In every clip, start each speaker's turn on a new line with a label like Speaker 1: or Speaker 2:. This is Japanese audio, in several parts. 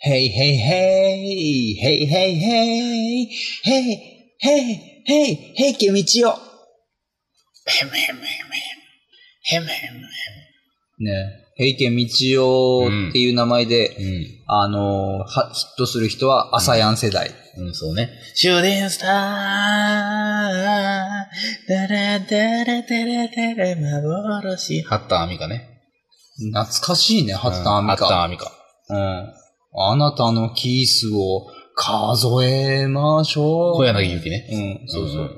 Speaker 1: Hey, hey, hey, hey, hey, hey, hey, hey, hey, hey, ケミチオ。
Speaker 2: ヘムヘムヘムヘム。ヘムヘム
Speaker 1: ね、平家道夫っていう名前で、
Speaker 2: ヘ
Speaker 1: あのーは、ヒットする人は、アサヤン世代。
Speaker 2: ム。うん、そうね。シューティングスター、ダラダラダラダラ幻。ハッタンアミカね。
Speaker 1: 懐かしいね、ハッタンアミ
Speaker 2: ハッタン
Speaker 1: カ。
Speaker 2: アミカ。
Speaker 1: うん。あなたのキースを数えましょう。
Speaker 2: 小柳ゆきね。
Speaker 1: うん、そうそう。
Speaker 2: んんん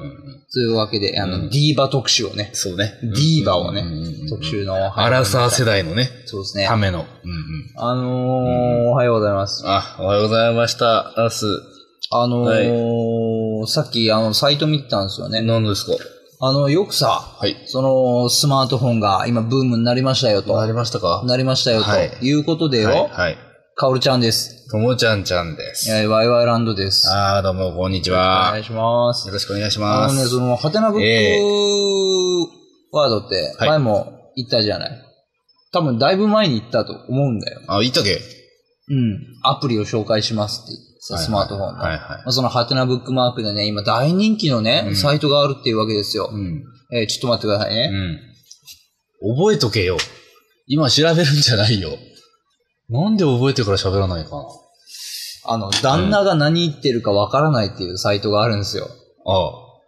Speaker 1: というわけで、あの、
Speaker 2: うん
Speaker 1: ディーバ特集をね、
Speaker 2: そうね。
Speaker 1: ディーバをね
Speaker 2: うんうんうんうん、
Speaker 1: 特集の。
Speaker 2: アラサー世代のね、
Speaker 1: そうですね
Speaker 2: た。めの。うんうん。
Speaker 1: あのー、おはようございます。
Speaker 2: あ、おはようございました。アス。
Speaker 1: あのー、さっき、あの、サイト見てたんですよね。
Speaker 2: 何ですか
Speaker 1: あの、よくさ、
Speaker 2: はい。
Speaker 1: その、スマートフォンが今ブームになりましたよと。
Speaker 2: なりましたか
Speaker 1: なりましたよ、
Speaker 2: はい
Speaker 1: ということで
Speaker 2: はい
Speaker 1: よ、
Speaker 2: はい。
Speaker 1: かおるちゃんです。
Speaker 2: ともちゃんちゃんです。
Speaker 1: えー、ワイワイランドです。
Speaker 2: あー、どうも、こんにち
Speaker 1: お
Speaker 2: は
Speaker 1: 願い。します
Speaker 2: よ。ろしくお願いし
Speaker 1: あ
Speaker 2: ま
Speaker 1: のね、
Speaker 2: す
Speaker 1: そ。の、ハテナブッ
Speaker 2: え
Speaker 1: クワードって、
Speaker 2: はい
Speaker 1: 前も言ったじゃない。多分、だいぶ前に言ったと思うんだよ。
Speaker 2: あ、言ったっけ
Speaker 1: うん。アプリを紹介しますって言ってさ、スマートフォンの。
Speaker 2: はいはい
Speaker 1: ま。あそのハテナブックマークでね、今大人気のね、
Speaker 2: うん
Speaker 1: サイトがあるっていうわけですよ。
Speaker 2: うん。
Speaker 1: えーちょっと待ってくださいね。
Speaker 2: うん。覚えとけよ。今調べるんじゃないよ。なんで覚えてから喋らないかな。
Speaker 1: あの、旦那が何言ってるかわからないっていうサイトがあるんですよ。
Speaker 2: あ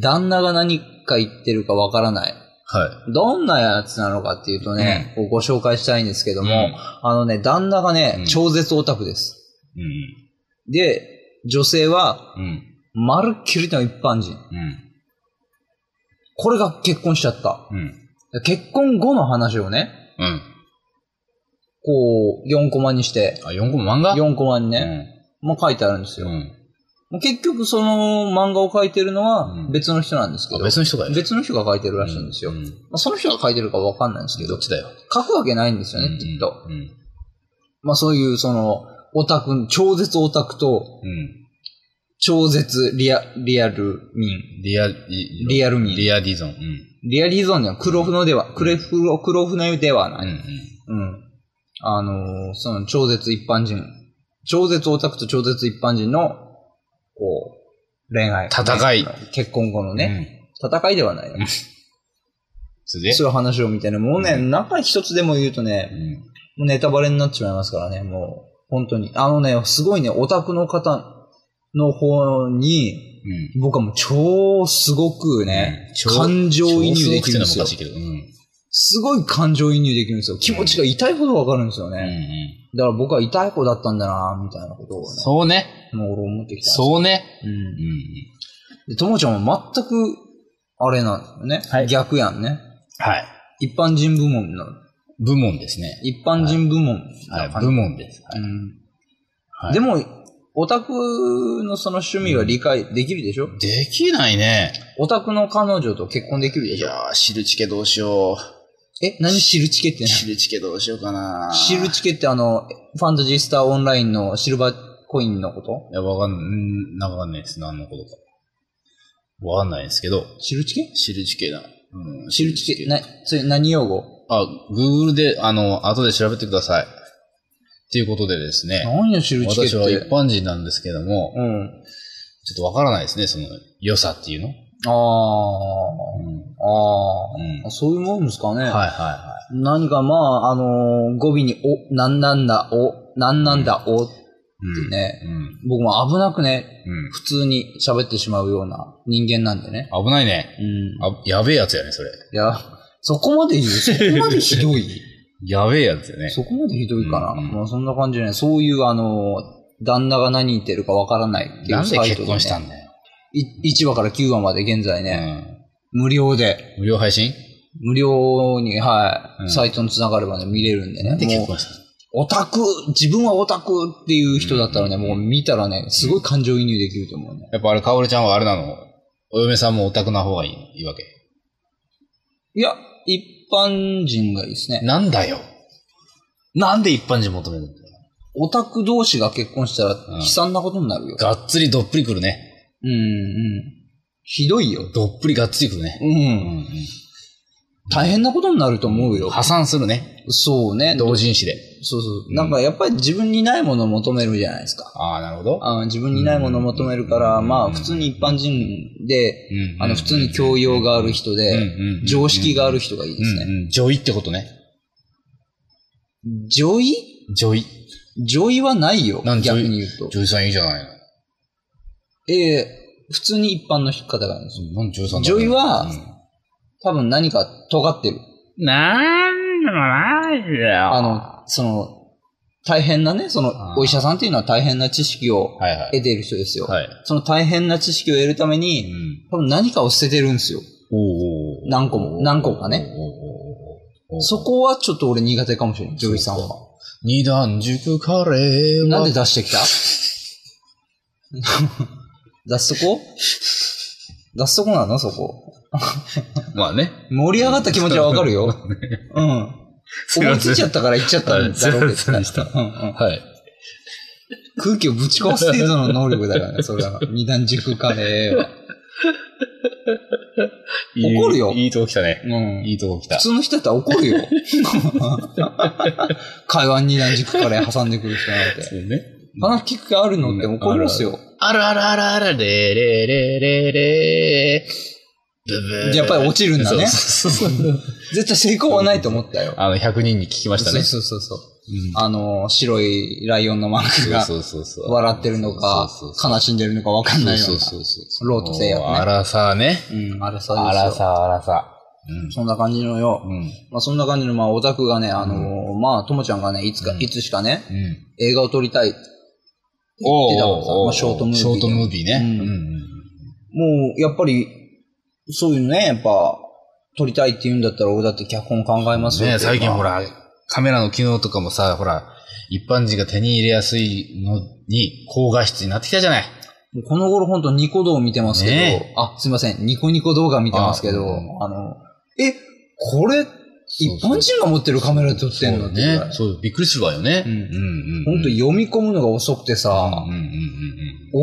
Speaker 1: 旦那が何か言ってるかわからない。
Speaker 2: あ。は
Speaker 1: どんなやつなのかっていうとね、こうご紹介したいんですけども、
Speaker 2: うん
Speaker 1: あのね、旦那がね、
Speaker 2: うん
Speaker 1: 超絶オタクです。
Speaker 2: い。う
Speaker 1: で、女性は、
Speaker 2: ん。うん。
Speaker 1: まるっきりの一般人。
Speaker 2: うん。
Speaker 1: これが結婚しちゃった。
Speaker 2: うん。
Speaker 1: 結婚後の話をね、
Speaker 2: うん。
Speaker 1: こう、4コマにして、
Speaker 2: あ、4個漫画
Speaker 1: 4コマに
Speaker 2: う
Speaker 1: ね、
Speaker 2: ん。
Speaker 1: もう書いてあるんです
Speaker 2: う
Speaker 1: よ。
Speaker 2: ん。
Speaker 1: もう結局その漫画を書いてるのは
Speaker 2: うん
Speaker 1: 別の人なんですけ
Speaker 2: あ、
Speaker 1: ど、
Speaker 2: 別の人だよ。
Speaker 1: 別の人が書いてるらしいんですよ。
Speaker 2: う
Speaker 1: ま
Speaker 2: ん
Speaker 1: あ、その人が書いてるかわかんないんですけ
Speaker 2: ど
Speaker 1: ど
Speaker 2: っ、ちだよ。
Speaker 1: 書くわけないんですよ
Speaker 2: う
Speaker 1: ね、
Speaker 2: ん
Speaker 1: きっと。
Speaker 2: うん。
Speaker 1: まあそういうその、オタク、超絶オタクと、
Speaker 2: うん。
Speaker 1: 超絶リア、リアル民。
Speaker 2: リア、リ
Speaker 1: リアル民。
Speaker 2: リアディゾン。うん。
Speaker 1: リアリゾンでは黒船では、黒船、黒船では
Speaker 2: う
Speaker 1: ない。
Speaker 2: ん。
Speaker 1: うん。あのーその超絶一般人。超絶オタクと超絶一般人の、こう、恋愛。
Speaker 2: 戦い。
Speaker 1: 結婚後の
Speaker 2: うん。
Speaker 1: ね。。戦いではないよ。
Speaker 2: それで
Speaker 1: そういう話を見てね、もうね、
Speaker 2: う
Speaker 1: 中一つでも言うと
Speaker 2: う
Speaker 1: ね、
Speaker 2: ん。
Speaker 1: もうネタバレになっちまいますからね、もう、本当に。あのね、すごいね、オタクの方の方に、
Speaker 2: うん。
Speaker 1: 僕はもう超すごくね、
Speaker 2: うん
Speaker 1: 感情移入できるんですよ
Speaker 2: 超。すごくていうのはおかしいけど。うん。
Speaker 1: すごい感情移入できるんですよ。気持ちが痛いほどわかるんですよ
Speaker 2: うんう
Speaker 1: ね。
Speaker 2: ん。
Speaker 1: だから僕は痛い子だったんだなみたいなことをね、
Speaker 2: そうね。
Speaker 1: もう俺思ってきた。
Speaker 2: そうね。
Speaker 1: う。
Speaker 2: うんん。
Speaker 1: で、ともちゃんは全く、あれなんですよね。
Speaker 2: はい
Speaker 1: 逆やんね。
Speaker 2: はい。
Speaker 1: 一般人部門の、
Speaker 2: 部門ですね。
Speaker 1: 一般人部門
Speaker 2: は、
Speaker 1: ない感じ
Speaker 2: 部門です。
Speaker 1: うん
Speaker 2: はい
Speaker 1: でも、オタクのその趣味は理解できるでしょ、
Speaker 2: できないね。
Speaker 1: オタクの彼女と結婚できるで
Speaker 2: い
Speaker 1: しょ
Speaker 2: やー、シルチケどうしよ
Speaker 1: え、何シルチケって
Speaker 2: う。
Speaker 1: 何
Speaker 2: シルチケどうしようかな。
Speaker 1: シルチケってあの、ファンタジースターオンラインのシルバーコインのこと
Speaker 2: いや、わかんない。んなんかわかんないです。何のことか。わかんないですけど、
Speaker 1: シルチケ
Speaker 2: シルチケだ。うん、
Speaker 1: シルチケ、な、それ何用語
Speaker 2: あ、Google で、あの、後で調べてください。っていうことでですね、
Speaker 1: 何よシルチケっ
Speaker 2: 私
Speaker 1: て。
Speaker 2: は一般人なんですけども、
Speaker 1: うん。
Speaker 2: ちょっとわからないですね、その、良さっていうの。
Speaker 1: あ
Speaker 2: うん。
Speaker 1: あ、あ
Speaker 2: うん
Speaker 1: あ、そういうもんですかね。
Speaker 2: はいはいは
Speaker 1: 何かまあ、あのー語尾に、お、なんなんだ、お、なんなんだ、おって
Speaker 2: い。うん。
Speaker 1: ね、
Speaker 2: うん。
Speaker 1: 僕も危なくね、
Speaker 2: うん。
Speaker 1: 普通に喋ってしまうような人間なんでね。
Speaker 2: 危ないね。
Speaker 1: うん。
Speaker 2: あ、やべえやつやね、それ。
Speaker 1: いや、そこまで 言うそこまでひどい
Speaker 2: やべえやつやね。
Speaker 1: そこまでひどいかな。
Speaker 2: うんうん
Speaker 1: まあそんな感じでね、そういうあの、旦那が何言ってるかわからないっていう
Speaker 2: な
Speaker 1: ん
Speaker 2: で
Speaker 1: サイト
Speaker 2: 結
Speaker 1: で、ね。
Speaker 2: 婚したんだよ。
Speaker 1: い ?1 話から9話まで現在ね、無料で、
Speaker 2: うん。無料配信
Speaker 1: 無料に、はい、
Speaker 2: うん
Speaker 1: サイトに繋がればね、見れるんでね。
Speaker 2: なんで結
Speaker 1: もう
Speaker 2: 婚したの
Speaker 1: オタク、自分はオタクっていう人だったらね、もう見たらね、すごい感情移入できると思うね。
Speaker 2: やっぱあれ、かおるちゃんはあれなのお嫁さんもオタクな方がいいいいわけ。
Speaker 1: いや、一般人がいいですね。
Speaker 2: なんだよ。なんで一般人求めるんだよ。
Speaker 1: オタク同士が結婚したら
Speaker 2: ん
Speaker 1: 悲惨なことになるよ。
Speaker 2: がっつりどっぷりくるね。
Speaker 1: うんうん。ひどいよ。
Speaker 2: どっぷりがっつりくるね。
Speaker 1: う。
Speaker 2: うんん
Speaker 1: 大変なことになると思うよ。
Speaker 2: 破産するね。
Speaker 1: そうね。
Speaker 2: 同人誌で。
Speaker 1: そうそう。なんかやっぱり自分にないものを求めるじゃないですか。
Speaker 2: ああ、なるほど。
Speaker 1: あ自分にないものを求めるから、
Speaker 2: うん
Speaker 1: まあ普通に一般人で、あの普通に教養がある人で、
Speaker 2: で
Speaker 1: 常識
Speaker 2: が
Speaker 1: がある人がいいですね。
Speaker 2: 上位ってことね。
Speaker 1: 上位
Speaker 2: 上位。
Speaker 1: 上位はないよ。
Speaker 2: なん
Speaker 1: 逆に言うと。
Speaker 2: 上位さんいいじゃないの。
Speaker 1: ええ普通に一般の方がいいんですよ。
Speaker 2: なんで上位さん
Speaker 1: 上位は多分何か尖ってる。
Speaker 2: なんでもないよ
Speaker 1: あの、その、大変なね、そ
Speaker 2: あ
Speaker 1: の、
Speaker 2: ー
Speaker 1: お医者さんっていうのは大変な知識を
Speaker 2: はいはい。
Speaker 1: 得ている人ですよ。
Speaker 2: はい。
Speaker 1: その大変な知識を得るため
Speaker 2: う
Speaker 1: に、
Speaker 2: ん。
Speaker 1: 多分何かを捨ててるんですよ。
Speaker 2: おうおうおう
Speaker 1: 何個も何個かね。
Speaker 2: おうおうおうおうおう
Speaker 1: そこはちょっと俺苦手かもしれない、女優さん
Speaker 2: そう
Speaker 1: は。
Speaker 2: 二段熟カレーは。
Speaker 1: なんで出してきた 出すとこ出すとこなのそこ。
Speaker 2: まあね。
Speaker 1: 盛り上がった気持ちはわかる よ。うん。
Speaker 2: すい
Speaker 1: 思い
Speaker 2: ま
Speaker 1: つ
Speaker 2: せん
Speaker 1: いちゃったから言っちゃったんだろうけど
Speaker 2: はいすいません
Speaker 1: ね
Speaker 2: でした
Speaker 1: うんうん
Speaker 2: はい。
Speaker 1: 空気をぶち壊す程度の能力だからね、それ は。二段軸カレーは。怒るよ
Speaker 2: いいいいとこ来たね。
Speaker 1: うん。
Speaker 2: いいとこ来た
Speaker 1: 普。通の人だったら怒るよ。 会話に二段軸カレー挟んでくる人なんて。
Speaker 2: そうね。
Speaker 1: 話聞く気あるのって怒るんすよ。
Speaker 2: あるあるあるある、れーれーれーれーれー。ブブー
Speaker 1: やっぱり落ちるんだね
Speaker 2: そうそうそう。
Speaker 1: 絶対成功はないと思ったよ。
Speaker 2: あの、100人に聞きましたね。
Speaker 1: そうそうそうそう。
Speaker 2: うん
Speaker 1: あの、白いライオンのマークが
Speaker 2: そうそうそう
Speaker 1: 笑ってるのか
Speaker 2: そうそう、そう
Speaker 1: 悲しんでるのかわかんないよう
Speaker 2: そう
Speaker 1: な。
Speaker 2: そうそうそう。
Speaker 1: ローとセイヤ
Speaker 2: もうあ
Speaker 1: ね。
Speaker 2: らさね。
Speaker 1: うん、あらさ
Speaker 2: あ
Speaker 1: で
Speaker 2: ら
Speaker 1: すよ。
Speaker 2: さ、あらさ。
Speaker 1: そんな感じのよ。
Speaker 2: うん。うん。
Speaker 1: まあそんな感じの、まあオタクがね、あの、まあともちゃんがね、いつか、
Speaker 2: うん
Speaker 1: いつしかね、
Speaker 2: うん。
Speaker 1: 映画を撮りたいって言ってたからさ、まあショートムービーで。
Speaker 2: ショートムービーね。
Speaker 1: うん
Speaker 2: うんうん
Speaker 1: もう、やっぱり、そういうのね、やっぱ、撮りたいって言うんだったら、俺だって脚本考えますよ
Speaker 2: ね
Speaker 1: っていうか
Speaker 2: 最近ほら、カメラの機能とかもさ、ほら、一般人が手に入れやすいのに、高画質になってきたじゃない。
Speaker 1: もうこの頃ほんとニコ動見てますけど、
Speaker 2: ね
Speaker 1: あ、すいません、ニコニコ動画見てますけど、
Speaker 2: あ
Speaker 1: あ,、
Speaker 2: うん
Speaker 1: の、え、これ、一般人が持ってるカメラで撮ってんの
Speaker 2: そう
Speaker 1: ってぐら
Speaker 2: ね。
Speaker 1: い。
Speaker 2: そう、びっくりするわよね。
Speaker 1: うん
Speaker 2: ん
Speaker 1: ほんと
Speaker 2: よ。
Speaker 1: 読み込むのが遅くてさ
Speaker 2: うん、うんうん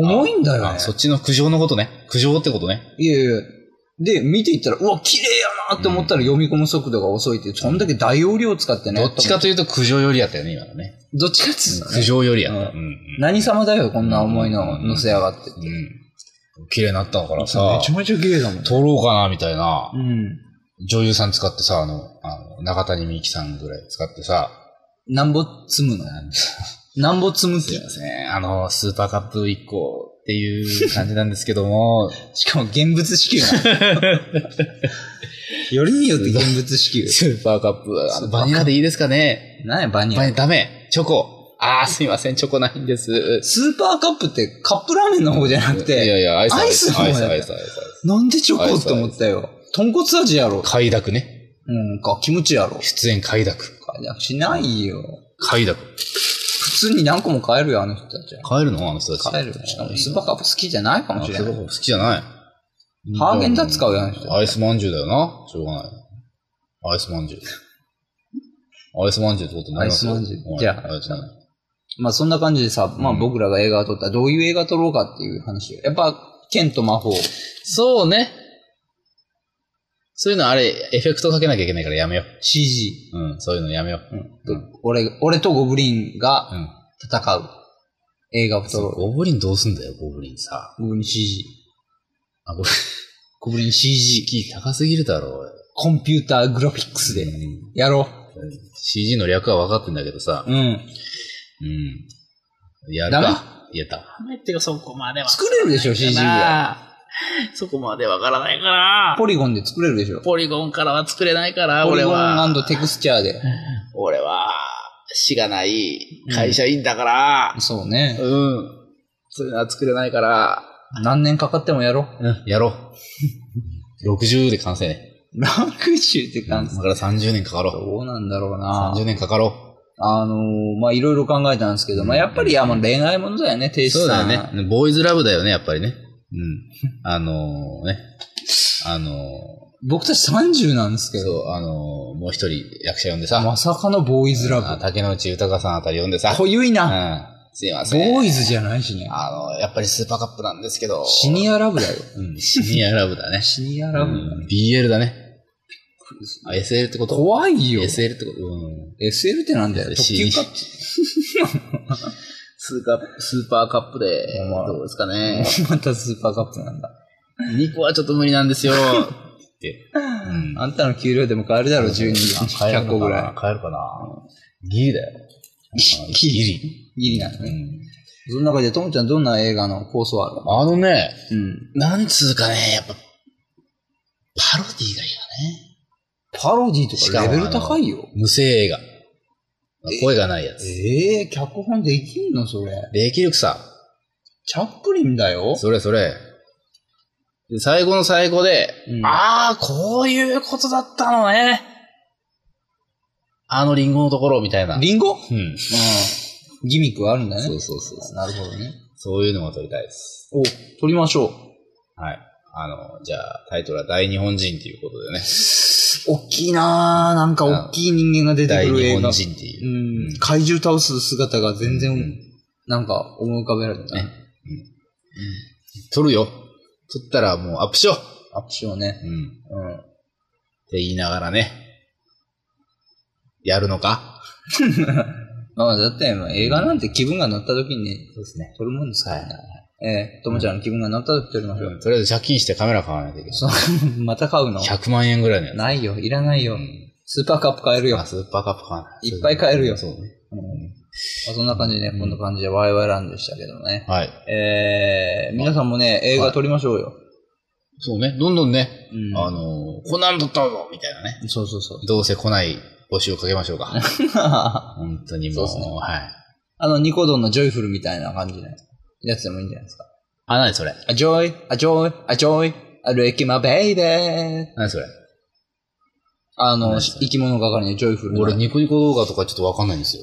Speaker 2: うん。
Speaker 1: 重いんだよ
Speaker 2: あ
Speaker 1: ね。
Speaker 2: そっちの苦情のことね。苦情ってことね。
Speaker 1: いやいや。で、見ていったら、うわ、綺麗やなって思ったら読み込む速度が遅いって、そんだけ大容量使ってね。
Speaker 2: どっちかというと苦情よりやったよね、今のね。
Speaker 1: どっちかっつうと
Speaker 2: 苦
Speaker 1: ね。
Speaker 2: 情よりやった。
Speaker 1: う
Speaker 2: うん
Speaker 1: 何様だよ、こんな重いの
Speaker 2: うん
Speaker 1: 乗せやがって。
Speaker 2: うんうん綺麗になったからさ、
Speaker 1: めちゃ綺麗だもん。
Speaker 2: 撮ろうかな、みたいな
Speaker 1: う。ん。
Speaker 2: 女優さん使ってさ、あの、あの中谷美紀さんぐらい使ってさ、
Speaker 1: なんぼ積むのなんぼ積むって
Speaker 2: すい。ません、あの、スーパーカップ1個っていう感じなんですけど も、
Speaker 1: しかも現物支給なの よりによって現物支給。
Speaker 2: スーパーカップ、あのバニラでいいですかね
Speaker 1: なんや、バニ
Speaker 2: バニ
Speaker 1: ラ。
Speaker 2: ラダメチョコあー、すいません、チョコないんです。
Speaker 1: スーパーカップってカップラーメンの方じゃなく
Speaker 2: いや
Speaker 1: て、
Speaker 2: いや、アイス、
Speaker 1: アイスの方
Speaker 2: アイス、
Speaker 1: や
Speaker 2: アイス、アイス。アイス
Speaker 1: なんでチョコって思ったよ。豚骨味やろ。
Speaker 2: 快諾ね。
Speaker 1: うん、か、キムチやろ。
Speaker 2: 出演快諾。
Speaker 1: いやしないよ。
Speaker 2: 快諾。
Speaker 1: 普通に何個も買えるよ、あの人たちは。
Speaker 2: 帰るのあの人たち。
Speaker 1: 買えるよ。しかもスーパーカップ好きじゃないかも
Speaker 2: あ
Speaker 1: しれ
Speaker 2: スーパ
Speaker 1: な
Speaker 2: ーカ
Speaker 1: い。
Speaker 2: ップ好きじゃない。
Speaker 1: ハーゲンダッツ買うよあの人
Speaker 2: アイスまんじゅうだよな。しょうがない。アイスまんじゅう。アイスまんじゅうってことになりますよ
Speaker 1: アイスまんじゅう
Speaker 2: はい
Speaker 1: じゃあ
Speaker 2: アイスまんじゅう
Speaker 1: まあそんな感じでさ、まあ
Speaker 2: うん
Speaker 1: 僕らが映画を撮ったらどういう映画撮ろうかっていう話よ。やっぱ、剣と魔法。
Speaker 2: そうね。そういうのあれ、エフェクトかけなきゃいけないからやめよ
Speaker 1: CG。
Speaker 2: う。うん、そういうのやめよう。
Speaker 1: うん俺、俺とゴブリンが
Speaker 2: うん。
Speaker 1: 戦う映画を撮
Speaker 2: そ
Speaker 1: ろ
Speaker 2: う、
Speaker 1: う。
Speaker 2: ゴブリンどうすんだよ、ゴブリンさ。
Speaker 1: ゴブリン CG。
Speaker 2: あ、ゴブリン。
Speaker 1: ゴブリン CG。
Speaker 2: 敷居高すぎるだろ、
Speaker 1: コンピューターグラフィックス
Speaker 2: う
Speaker 1: で。
Speaker 2: ん
Speaker 1: やろ
Speaker 2: CG の略は分かってんだけどさ
Speaker 1: う。。うん。
Speaker 2: うん。やる
Speaker 1: ダメ
Speaker 2: か。やった。
Speaker 3: ダメっていうかそこまでは。
Speaker 1: 作れるでしょ、CG が。
Speaker 3: そこまでわからないから。
Speaker 1: ポリゴンで作れるでしょ。
Speaker 3: ポリゴンからは作れないから、
Speaker 1: ポリ
Speaker 3: 俺
Speaker 1: ゴ
Speaker 3: は。
Speaker 1: ンテクスチャーで。
Speaker 3: 俺は、死がない会社員だから。
Speaker 1: そうね
Speaker 3: う。ん。そういうのは作れないから。
Speaker 1: 何年かかってもやろう。
Speaker 2: うん、やろ う。60で完成ね。
Speaker 1: 楽中って
Speaker 2: だ
Speaker 1: 感
Speaker 2: か
Speaker 1: じ。
Speaker 2: ら30年かかろ
Speaker 1: どうなんだろう
Speaker 2: う。
Speaker 1: な
Speaker 2: 30。年かかろ
Speaker 1: あのーまあ、いろいろ考えたんですけど、まあ、やっぱり、あ、まあ、恋愛ものだよね、亭
Speaker 2: う。
Speaker 1: 主
Speaker 2: そうだ
Speaker 1: さん。
Speaker 2: よ。ね。ボーイズラブだよね、やっぱりね。うん。あのね。あの
Speaker 1: 僕たち30なんですけど、
Speaker 2: そう、あのもう一人役者呼んでさ。
Speaker 1: まさかのボーイズラ
Speaker 2: あ
Speaker 1: ブ。
Speaker 2: 竹野内豊さんあたり呼んでさ。
Speaker 1: 濃ゆいうな。
Speaker 2: ん。すいません。
Speaker 1: ボーイズじゃないしね。
Speaker 2: あのやっぱりスーパーカップなんですけど。
Speaker 1: シニアラブだよ。
Speaker 2: うん、シニアラブだね。
Speaker 1: シニア
Speaker 2: う
Speaker 1: ラブだね。
Speaker 2: ん、BL だね。あ、SL ってこと
Speaker 1: 怖いよ。
Speaker 2: ?SL ってことうん。
Speaker 1: SL ってなんだよ。特急か
Speaker 3: スーパー、スーパーカップで
Speaker 1: ほんま、
Speaker 3: どうですかね。
Speaker 1: またスーパーカップなんだ。
Speaker 3: 2個はちょっと無理なんですよ。
Speaker 2: って。うん。
Speaker 1: あんたの給料でも買えるだろ、12時。
Speaker 2: 買える
Speaker 1: 100個ぐら
Speaker 2: 買えるかなギリだよ。
Speaker 1: い。ギリ。ギリなの
Speaker 2: う
Speaker 1: ね。
Speaker 2: ん。
Speaker 1: その中で、ともちゃんどんな映画の構想ある
Speaker 2: あのね、
Speaker 1: うん。
Speaker 2: なんつうかね、やっぱ、パロディがいいよね。
Speaker 1: パロディとかレベル高いよ。
Speaker 2: 無声映画。声がないやつ。
Speaker 1: ええ脚本できんのそれ。
Speaker 2: できるくさ。
Speaker 1: チャップリンだよ。
Speaker 2: それそれ。で、最後の最後で、
Speaker 1: うん
Speaker 2: ああ、こういうことだったのね。あのリンゴのところみたいな。
Speaker 1: リンゴ
Speaker 2: うん。
Speaker 1: うん。ギミックはあるんだね。
Speaker 2: そうそうそうそう。
Speaker 1: なるほどね。
Speaker 2: そういうのも撮りたいです。
Speaker 1: お、撮りましょう。
Speaker 2: はい。あの、じゃあ、タイトルは大日本人っていうことでね。
Speaker 1: 大きいなぁ。なんか大きい人間が出て
Speaker 2: 大
Speaker 1: くる
Speaker 2: 日
Speaker 1: 映
Speaker 2: 本
Speaker 1: 画。
Speaker 2: 人っていうう。
Speaker 1: ん。怪獣倒す姿が全
Speaker 2: う
Speaker 1: 然
Speaker 2: ん、
Speaker 1: なんか思い浮かべられたね。
Speaker 2: 撮るよ。撮ったらもうアップしよ
Speaker 1: アップしようね。
Speaker 2: う。うん。
Speaker 1: うん。
Speaker 2: って言いながらね。やるのか
Speaker 1: まあ、だって、まあ映画なんて気分が乗った時にね、
Speaker 2: そうですね。
Speaker 1: 撮るもんですか
Speaker 2: は
Speaker 1: ら
Speaker 2: い
Speaker 1: ね。。ええ、ともちゃんの気分が乗った時撮りましょ
Speaker 2: うん
Speaker 1: う。
Speaker 2: とりあえず借金してカメラ買わないといけない。
Speaker 1: そのまた買うの
Speaker 2: 100万円ぐらいのやつ。
Speaker 1: ないよ。いらないよ
Speaker 2: う。ん
Speaker 1: スーパーカップ買えるよ。
Speaker 2: あ、スーパーカップ買わない。
Speaker 1: いっぱい買えるよ
Speaker 2: そうね。
Speaker 1: まあそんな感じでね、こんな感じでワイワイランでしたけどね。
Speaker 2: はい。
Speaker 1: えー、皆さんもね、映画撮りましょうよ。
Speaker 2: そうね。どんどんね、
Speaker 1: うん
Speaker 2: あのー、こんなの撮ったぞみたいなね。
Speaker 1: そうそう そう。
Speaker 2: どうせ来ない募集をかけましょう か。本当にもう、
Speaker 1: そうですね
Speaker 2: はい。
Speaker 1: あの、ニコ動のジョイフルみたいな感じのやつでもいいんじゃないですか。
Speaker 2: あ、なにそれ
Speaker 1: あ、ジョイ、あ、ジョイ、あ、ジョイ、歩きまベイベー。
Speaker 2: なにそれ
Speaker 1: あの、
Speaker 2: 何それ
Speaker 1: 生き物係のジョイフルの。
Speaker 2: 俺、ニコニコ動画とかちょっとわかんないんですよ。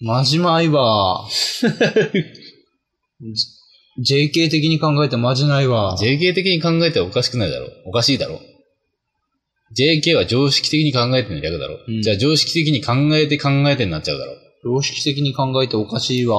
Speaker 1: マジない わ。じ JK 的に考えてマジないわ。
Speaker 2: JK 的に考えてはおかしくないだろおかしいだろ JK は常識的に考えての略だろ、
Speaker 1: うん
Speaker 2: じゃあ常識的に考えて考えてになっちゃうだろ
Speaker 1: 常識的に考えておかしいわ。